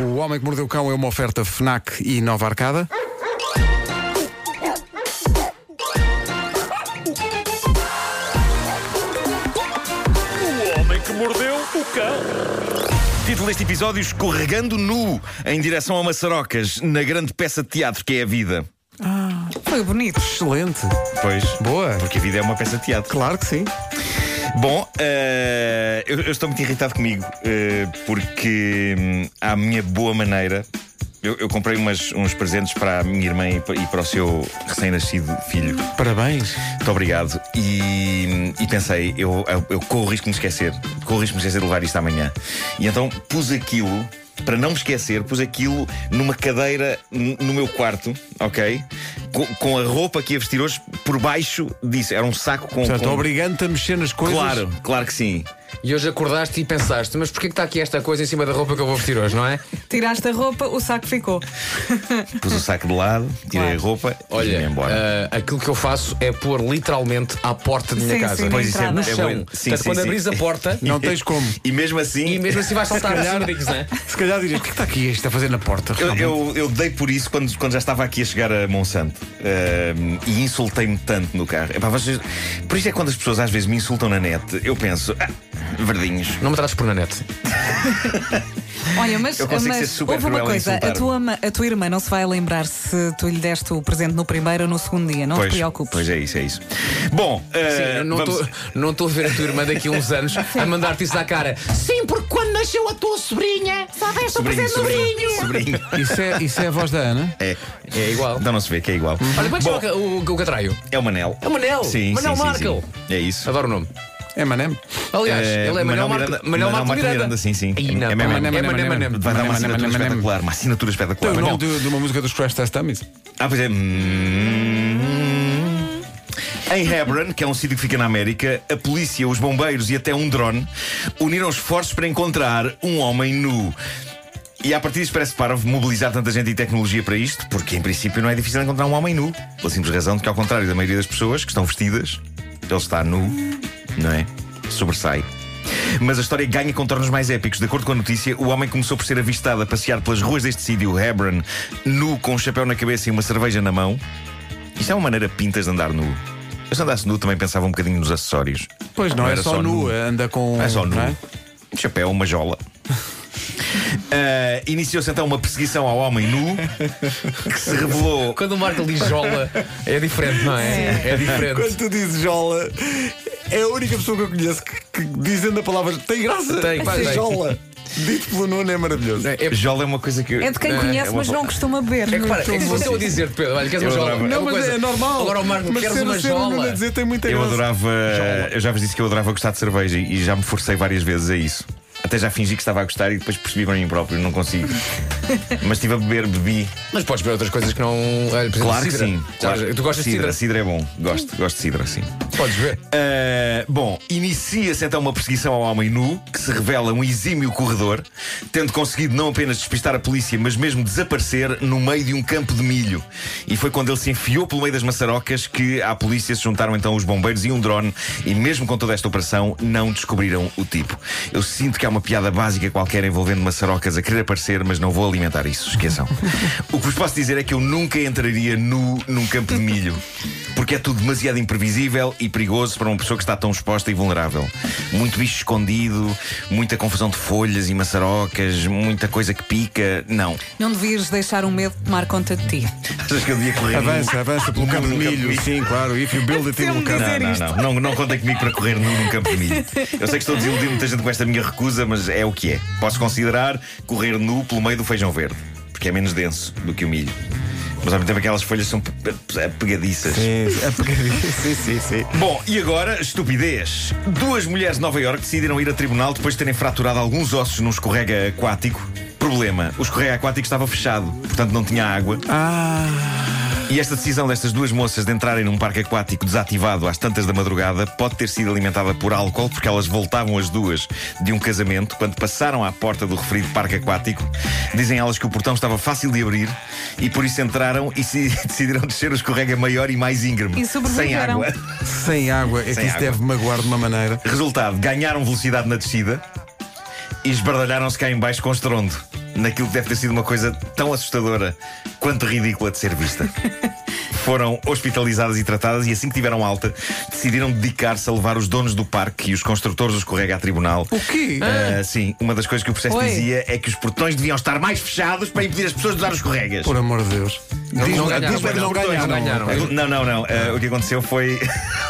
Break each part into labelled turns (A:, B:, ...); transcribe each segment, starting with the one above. A: O Homem que Mordeu o Cão é uma oferta FNAC e Nova Arcada.
B: O homem que mordeu o cão.
C: Título deste episódio: Escorregando nu em direção a Maçarocas, na grande peça de teatro que é a vida.
D: Foi bonito.
A: Excelente.
C: Pois.
A: Boa.
C: Porque a vida é uma peça de teatro.
A: Claro que sim.
C: Bom, eh, eu, eu estou muito irritado comigo, eh, porque hum, à minha boa maneira. Eu, eu comprei umas- uns presentes para a minha irmã e para, e para o seu recém-nascido filho.
A: Parabéns.
C: Muito obrigado. E, e pensei, eu, eu, eu corro o risco de me esquecer. Corro o risco de me esquecer de levar isto amanhã. E então pus aquilo, para não me esquecer, pus aquilo numa cadeira n- no meu quarto, ok? Com, com a roupa que ia vestir hoje por baixo disso. Era um saco com.
A: Portanto,
C: com...
A: obrigando-te a mexer nas coisas.
C: Claro, claro que sim.
E: E hoje acordaste e pensaste, mas porquê que está aqui esta coisa em cima da roupa que eu vou vestir hoje, não é?
D: Tiraste a roupa, o saco ficou.
C: Pus o saco de lado, tirei
D: Claro.
C: a roupa e
E: Olha,
C: vim embora.
E: ah, aquilo que eu faço é pôr literalmente à porta da minha
D: Sim,
E: casa.
D: sim, na Pois isso é-
E: no
D: entrada. é
E: chão.
C: bom. Sim,
E: Portanto,
C: sim,
E: quando
C: sim.
E: abris a porta
A: Não tens como.
C: E mesmo assim.
E: e mesmo assim vais saltar os amigos, não é?
A: Se calhar dirias, o que é que está aqui isto a fazer na porta?
C: Eu,
A: realmente?"
C: eu- eu dei por isso quando, quando já estava aqui a chegar a Monsanto Ahm, e insultei-me tanto no carro. Epá, vocês- por isso é que quando as pessoas às vezes me insultam na net, eu penso, ah, verdinhos.
E: Não me trates por na net.
D: Olha, mas,
C: Eu consigo
D: mas
C: ser super
D: houve uma
C: cruel em
D: coisa: a
C: insultar-me.
D: tua, ma- a tua irmã não se vai lembrar se tu lhe deste o presente no primeiro ou no segundo dia. Não
C: pois,
D: te preocupes.
C: pois é isso, é isso. Bom,
E: Sim,
C: ah,
E: eu não
C: vamos-
E: estou- não estou a ver a tua irmã daqui a uns anos a mandar-te isso na cara. Sim, porque quando nasceu a tua sobrinha, só deste um
C: sobrinho,
E: presente
C: sobrinho,
E: sobrinho.
C: sobrinho.
A: Isso é, isso é a voz da Ana?
C: É,
E: É igual.
C: Então não se vê que é igual.
E: Olha, como é que
C: Bom,
E: chama o, o, o catraio?
C: é o Manel.
E: É o Manel.
C: Sim,
E: Manel
C: sim, sim,
E: Markel.
C: sim. É isso.
E: Adoro o nome.
A: É Manem?
E: Aliás,
C: Eh,
E: ele é Manuel
C: Manuel
E: Marco
C: Miranda-
E: Manuel
C: Manuel
E: Marco
C: Marco
E: Miranda.
C: Miranda, sim, sim.
E: Ih, não,
C: É
E: é
C: mesmo,
E: Manem,
A: é
E: é
A: mesmo,
E: Manem,
A: é mesmo.
E: Manem.
C: Vai dar uma
A: Manem,
C: assinatura
A: Manem, Manem.
C: espetacular, uma assinatura
A: Tem
C: espetacular.
A: o nome
C: Manel.
A: de, de uma música dos Crash Test Dummies.
C: Ah, pois é. Hum. Em Hebron, que é um sítio que fica na América, a polícia, os bombeiros e até um drone uniram esforços para encontrar um homem nu. E à partida isso parece parvo mobilizar tanta gente e tecnologia para isto, porque em princípio não é difícil encontrar um homem nu. Pela simples razão de que, ao contrário da maioria das pessoas que estão vestidas, ele está nu, não é? Sobressai. Mas a história ganha contornos mais épicos. De acordo com a notícia, o homem começou por ser avistado a passear pelas ruas deste sítio, Hebron, nu, com um chapéu na cabeça e uma cerveja na mão. Isto é uma maneira pintas de andar nu. Eu se andasse nu também pensava um bocadinho nos acessórios.
A: Pois não, é
C: era
A: só nu, anda com.
C: É só nu.
A: não
C: Um chapéu, uma jola. Ah, Iniciou-se então uma perseguição ao homem nu que se revelou.
E: Quando o Marco diz jola, é diferente, não é? É diferente.
A: tu dizes Jola, é a única pessoa que eu conheço que, dizendo a palavra tem graça.
E: Tem, pá, tem.
A: Jola. Dito pelo Nuno é maravilhoso.
E: É, é
C: Jola é uma coisa que. eu-
D: É de quem
C: Não,
D: conhece,
C: é uma-
D: mas não costuma beber.
E: que para, é
D: Muito
E: que se
D: bom.
C: um-
E: fosse eu a dizer, Pedro, olha, queres uma
C: Eu
E: jola?
C: adorava.
E: É
A: Não,
E: uma
A: mas
E: coisa-
A: é normal.
E: Agora o Marco,
A: mas assim,
E: queres
A: ser,
E: uma
A: ser o Nuno a
E: jola?
A: dizer tem muita
C: Eu
A: graça.
C: adorava. Eu já vos disse que eu adorava gostar de cerveja e e já me forcei várias vezes a isso. Até já fingi que estava a gostar e depois percebi para mim próprio, não consigo. Mas estive a beber, bebi.
E: Mas podes ver outras coisas que não. Olha, por exemplo,
C: Claro
E: cidra.
C: que sim.
E: Sabes,
C: Claro.
E: Tu gostas de cidra?
C: Cidra é bom. Gosto, gosto de cidra, sim.
E: Podes ver.
C: Uh, bom, inicia-se então uma perseguição ao homem nu, que se revela um exímio corredor, tendo conseguido não apenas despistar a polícia, mas mesmo desaparecer no meio de um campo de milho. E foi quando ele se enfiou pelo meio das maçarocas que à polícia se juntaram então os bombeiros e um drone, e mesmo com toda esta operação, não descobriram o tipo. Eu sinto que há uma piada básica qualquer envolvendo maçarocas a querer aparecer, mas não vou alimentar isso, esqueçam. o que vos posso dizer é que eu nunca entraria nu num campo de milho. Porque é tudo demasiado imprevisível e perigoso para uma pessoa que está tão exposta e vulnerável. Muito bicho escondido, muita confusão de folhas e maçarocas, muita coisa que pica. Não.
D: Não devias deixar o medo tomar conta de ti.
C: Achas que eu devia um- correr?
A: Avança,
C: nu?
A: avança pelo
C: Nu
A: campo de
C: num
A: milho. Sim, claro. If you build it, um it will come.
C: Não, não, não, não, não contem comigo para correr nu num campo de milho. Eu sei que estou a desiludir muita gente com esta minha recusa, mas é o que é. Posso considerar correr nu pelo meio do feijão verde, porque é menos denso do que o milho. Mas ao mesmo tempo aquelas folhas são pe- pe- pegadiças.
A: É, é pegadinha. sim, sim, sim.
C: Bom, e agora, estupidez. Duas mulheres de Nova Iorque decidiram ir a tribunal depois de terem fraturado alguns ossos num escorrega aquático. Problema: o escorrega aquático estava fechado, portanto não tinha água. E esta decisão destas duas moças de entrarem num parque aquático desativado às tantas da madrugada pode ter sido alimentada por álcool, porque elas voltavam as duas de um casamento quando passaram à porta do referido parque aquático. Dizem elas que o portão estava fácil de abrir e por isso entraram e se- decidiram descer o escorrega maior e mais íngreme, sem
D: E sobreviveram.
C: água.
A: Sem água, é que
C: Sem
A: isso
C: água.
A: deve magoar de uma maneira.
C: Resultado, ganharam velocidade na descida e esbardalharam-se cá em baixo com estrondo. naquilo que deve ter sido uma coisa tão assustadora quanto ridícula de ser vista. Foram hospitalizadas e tratadas, e assim que tiveram alta, decidiram dedicar-se a levar os donos do parque e os construtores os correga a tribunal.
A: O quê?
C: Ah, sim, uma das coisas que o processo
D: Oi.
C: dizia é que os portões deviam estar mais fechados para impedir as pessoas de usar os corregas.
A: Por amor de Deus. Diz-
E: não
A: diz-
E: ganharam,
A: diz-
E: não
A: não ganharam.
E: ganharam.
C: Agora- Não, não, não. Ah, o que aconteceu foi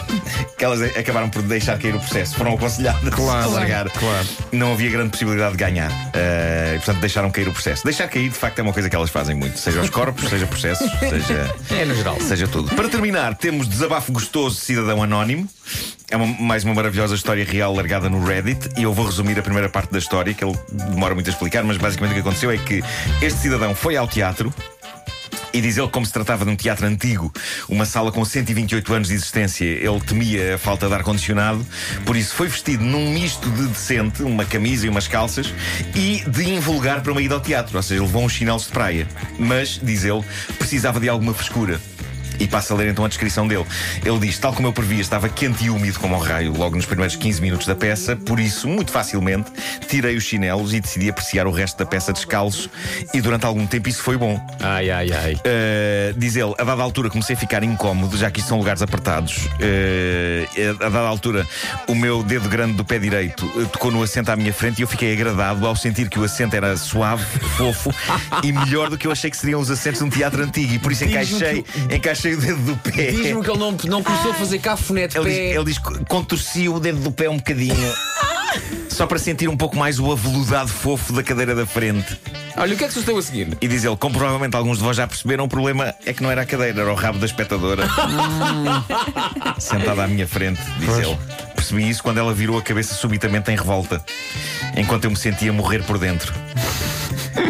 C: que elas a- acabaram por deixar cair o processo. Foram aconselhadas
A: Claro,
C: a largar.
A: claro.
C: Não havia grande possibilidade de ganhar. Ah, e, portanto, deixaram cair o processo. Deixar cair, de facto, é uma coisa que elas fazem muito. Seja os corpos, seja processos, seja.
E: É no geral.
C: Seja tudo. Para terminar, temos desabafo gostoso de cidadão anónimo. É uma- mais uma maravilhosa história real largada no Reddit e eu vou resumir a primeira parte da história, que ele demora muito a explicar, mas basicamente o que aconteceu é que este cidadão foi ao teatro. E diz ele que como se tratava de um teatro antigo, uma sala com 128 anos de existência, ele temia a falta de ar-condicionado, por isso foi vestido num misto de decente, uma camisa e umas calças, e de invulgar para uma ida ao teatro, ou seja, levou uns chinelos de praia. Mas, diz ele, precisava de alguma frescura. E passa a ler então a descrição dele. Ele diz: Tal como eu previa, estava quente e úmido como um raio logo nos primeiros 15 minutos da peça, por isso, muito facilmente, tirei os chinelos e decidi apreciar o resto da peça descalço. E durante algum tempo isso foi bom.
E: Ai, ai, ai.
C: Uh, diz ele, a dada altura comecei a ficar incómodo, já que isto são lugares apertados. Uh, a dada altura, o meu dedo grande do pé direito uh, tocou no assento à minha frente e eu fiquei agradado ao sentir que o assento era suave, fofo e melhor do que eu achei que seriam os assentos de um teatro antigo. E por isso encaixei, encaixei o dedo do pé.
E: Diz-me que ele não, não começou a fazer cafuné de
C: Ele diz,
E: um pé.
C: ele diz que contorcia o dedo do pé um bocadinho. Só para sentir um pouco mais o aveludado fofo da cadeira da frente.
E: Olha, o que é que sucedeu a seguir?
C: E diz ele, como provavelmente alguns de vós já perceberam, o problema é que não era a cadeira, era o rabo da espectadora. Sentada à minha frente, diz ele. Percebi isso quando ela virou a cabeça subitamente em revolta, enquanto eu me sentia morrer por dentro.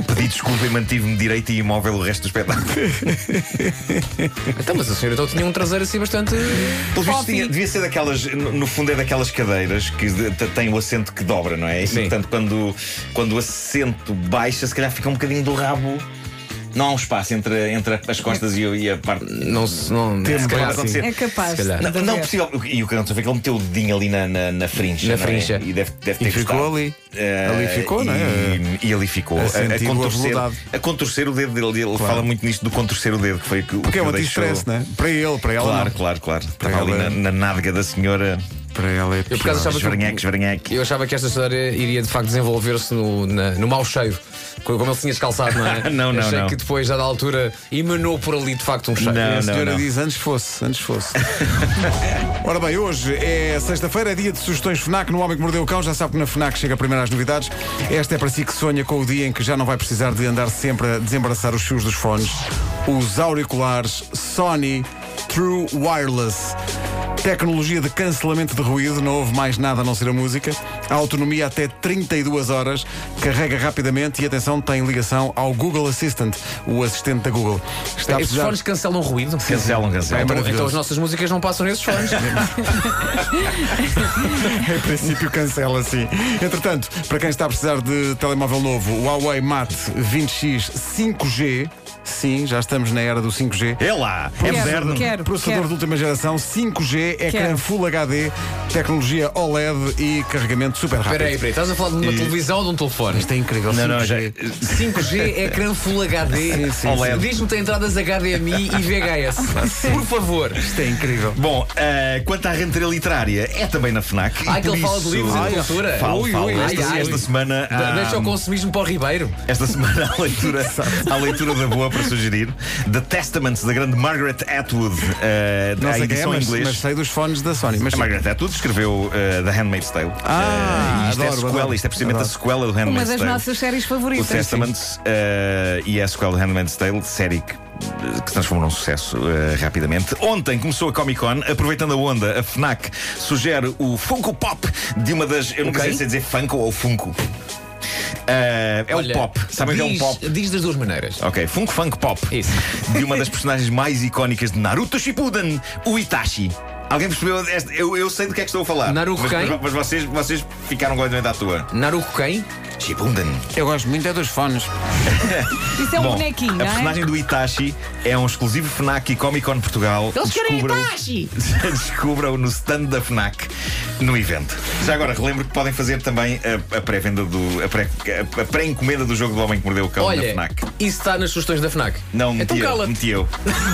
C: Pedi desculpa e mantive-me direito e imóvel o resto do espetáculo.
E: Então, mas a senhora então tinha um traseiro assim bastante.
C: Pelo visto, tinha- devia ser daquelas, no no fundo, é daquelas cadeiras que de- te- têm o assento que dobra, não é?
E: Sim.
C: E portanto, quando, quando o assento baixa, se calhar fica um bocadinho do rabo. Não há um espaço entre, entre as costas e, o- e a parte.
E: Não se. Não,
A: Tem
E: se
A: um
E: calhar
A: braço
E: acontecer.
D: É capaz.
E: assim. Se calhar.
D: de
C: Não, não
D: haver.
C: possível. E o que aconteceu foi que ele meteu o dedinho ali na, na, na frincha.
E: Na
C: não é?
E: frincha.
C: E deve, deve ter
A: E ficou
C: gostado.
A: ali.
C: Eh,
A: Ali ficou,
C: e,
A: não é?
C: E ali ficou.
A: A sentir o
C: contorcer,
A: aveludado.
C: a contorcer o dedo dele. Ele fala muito nisto do contorcer o dedo, que foi o que o
A: Porque
C: que
A: é um
C: o deixou-
A: anti-stress, não é? Para ele, para ela.
C: Claro,
A: não.
C: claro, claro. Estava ali
A: ela- é-
C: na, na nádega da senhora.
A: Para ela é
E: por acaso
A: pior.
E: achava- que-
C: Esvarinheque, esvarinheque.
E: Eu achava que esta história iria de facto desenvolver-se no, na- no mau cheiro, co- como ele tinha descalçado, não é?
C: Não, não,
E: Achei
C: não.
E: que depois, já da altura, emanou por ali de facto um cheiro.
C: Não.
A: A senhora
C: não.
A: diz antes fosse, antes fosse. Ora bem, hoje é sexta-feira, é dia de sugestões FNAC no Homem que Mordeu o Cão. Já sabe que na FNAC chega primeiro às novidades. Esta é para si que sonha com o dia em que já não vai precisar de andar sempre a desembaraçar os fios dos fones. Os auriculares Sony True Wireless. Tecnologia de cancelamento de ruído, não houve mais nada a não ser a música. A autonomia até 32 horas, carrega rapidamente e atenção, tem ligação ao Google Assistant, o assistente da Google. Está
E: Estes fones cancelam ruído?
C: Cancelam, cancelam.
E: Então,
A: maravilhoso.
E: então as nossas músicas não passam nesses fones.
A: Em princípio cancela, sim. Entretanto, para quem está a precisar de telemóvel novo, o Huawei Mate 20X 5G, sim, já estamos na era do 5G.
C: É lá, é
D: Quero,
C: moderno.
D: quero,
A: Processador
D: quero.
A: de última geração, 5G, ecrã
D: Quero.
A: Full HD, tecnologia OLED e carregamento super rápido.
E: Espera aí, espera aí, estás a falar de uma televisão ou de um telefone?
A: Isto é incrível.
C: Não, não,
A: 5G.
C: já.
E: 5G é crânio Full HD.
A: sim,
C: OLED.
E: Diz-me que tem entradas HDMI e
C: Ah,
E: VHS. Por favor.
A: Isto é incrível.
C: Bom, ah, quanto à renta literária, é também na FNAC.
E: Ah,
C: e
E: que
C: por
E: ele fala
C: isso-
E: de livros e
A: Ai,
E: de cultura.
C: Falo,
E: Ui,
C: falo.
E: ui,
C: esta,
E: ai, ai.
C: esta semana.
E: De-
C: ah,
E: Deixa o consumismo para o Ribeiro.
C: Esta semana a leitura, a leitura da boa para sugerir The Testaments da grande Margaret Atwood, eh,
A: Não
C: a
A: sei quem é,
C: edição em
A: mas,
C: inglês.
A: mas sei dos fones da Sony. Mas
C: A Margaret Atwood é escreveu eh, The Handmaid's Tale.
A: Ah,
C: Eh, isto é a
A: adoro,
C: sequela,
A: adoro.
C: isto é precisamente
A: Adoro.
C: a sequela do Handmaid's
D: Uma
C: Tale.
D: das nossas séries
C: O
D: favoritas.
C: Testaments eh, e a sequela de Handmaid's Tale, série que, que se transformou num sucesso eh, rapidamente. Ontem começou a Comic Con, aproveitando a onda, a Fnac sugere o Funko Pop de uma das. Eu nunca
E: Ok.
C: sei se é dizer Funko ou Funko. Eh, é
E: Olha,
C: o pop, sabem que é um
E: diz-
C: pop.
E: Diz das duas maneiras.
C: Ok, Funk Funk Pop.
E: Isso.
C: De uma das personagens mais icónicas de Naruto Shippuden, o Itachi. Alguém percebeu? esta- Eu, eu sei do que é que estou a falar.
E: Naruto
C: mas,
E: quem?
C: mas, mas vocês, vocês ficaram completamente à toa.
E: Naruto quem?
C: Chibundan.
A: Eu gosto muito é dos fones.
D: Isso é um
C: Bom,
D: bonequinho,
C: a
D: não é?
C: personagem do Itachi é um exclusivo FNAC e Comic Con Portugal.
D: Eles querem
C: Descubram-
D: Itachi!
C: Descubram no stand da FNAC no evento. Já agora, relembro que podem fazer também a, a pré-venda do. a pré- a- a pré-encomenda do jogo do Homem que Mordeu É o Cão na
E: Olha,
C: FNAC.
E: isso está nas sugestões da FNAC.
C: Não, Hum. meti
E: então
C: eu.
E: cala-te.
C: Meti eu.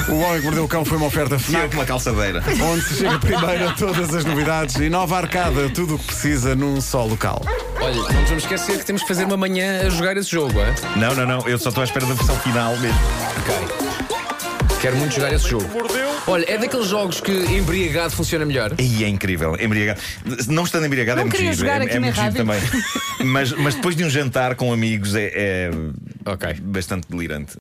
A: O Homem que Mordeu o Cão foi uma oferta
C: Meti eu
A: FNAC,
C: com uma calçadeira.
A: onde se chega primeiro a todas as novidades e nova arcada, tudo o que precisa num só local.
E: Olha, não nos vamos esquecer que temos que fazer uma manhã a jogar esse jogo, é?
C: Não, não, não. Eu só estou à espera da versão final mesmo.
E: Quero muito jogar esse jogo.
B: mordeu
E: Olha, é daqueles jogos que embriagado funciona melhor.
C: E é incrível, embriagado. Não estando embriagado
D: Não
C: é muito
D: queria
C: giro,
D: jogar
C: é,
D: aqui
C: é
D: na
C: muito giro
D: rádio.
C: também. mas, mas depois de um jantar com amigos é, é
E: Ok.
C: bastante delirante.